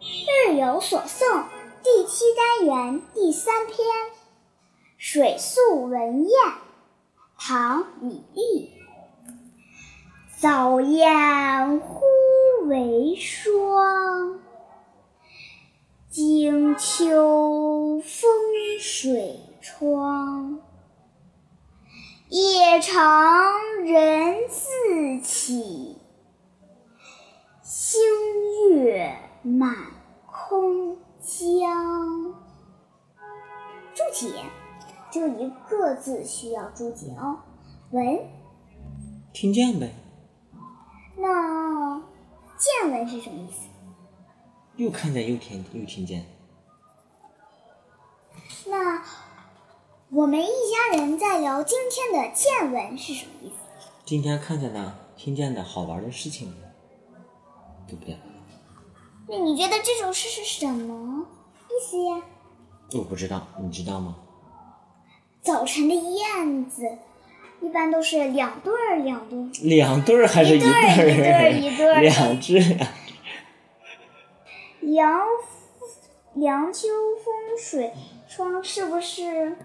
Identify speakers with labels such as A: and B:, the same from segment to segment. A: 日有所诵第七单元第三篇《水宿闻雁》，唐·李益。早雁忽为霜，惊秋风水窗。夜长人自起，星月满空江。注解，只有一个字需要注解哦。文，
B: 听见呗，
A: 那见闻是什么意思？
B: 又看见又听又听见，
A: 那我们一家人在聊今天的见闻是什么意思？
B: 今天看见的、听见的好玩的事情，对不对？
A: 那你觉得这首诗是什么意思呀？
B: 我不知道，你知道吗？
A: 早晨的燕子一般都是两对儿两对儿，
B: 两对儿还是
A: 一对儿
B: 儿？
A: 一对儿一对儿
B: 两只呀。
A: 凉凉秋风水窗是不是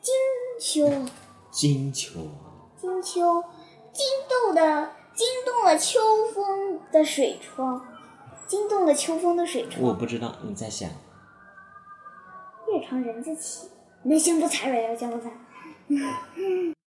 A: 金秋啊？
B: 金球啊
A: 金秋惊动的惊动了秋风的水窗，惊动了秋风的水窗。
B: 我不知道，你在想
A: 夜长人自起，内心不残软，要江不残。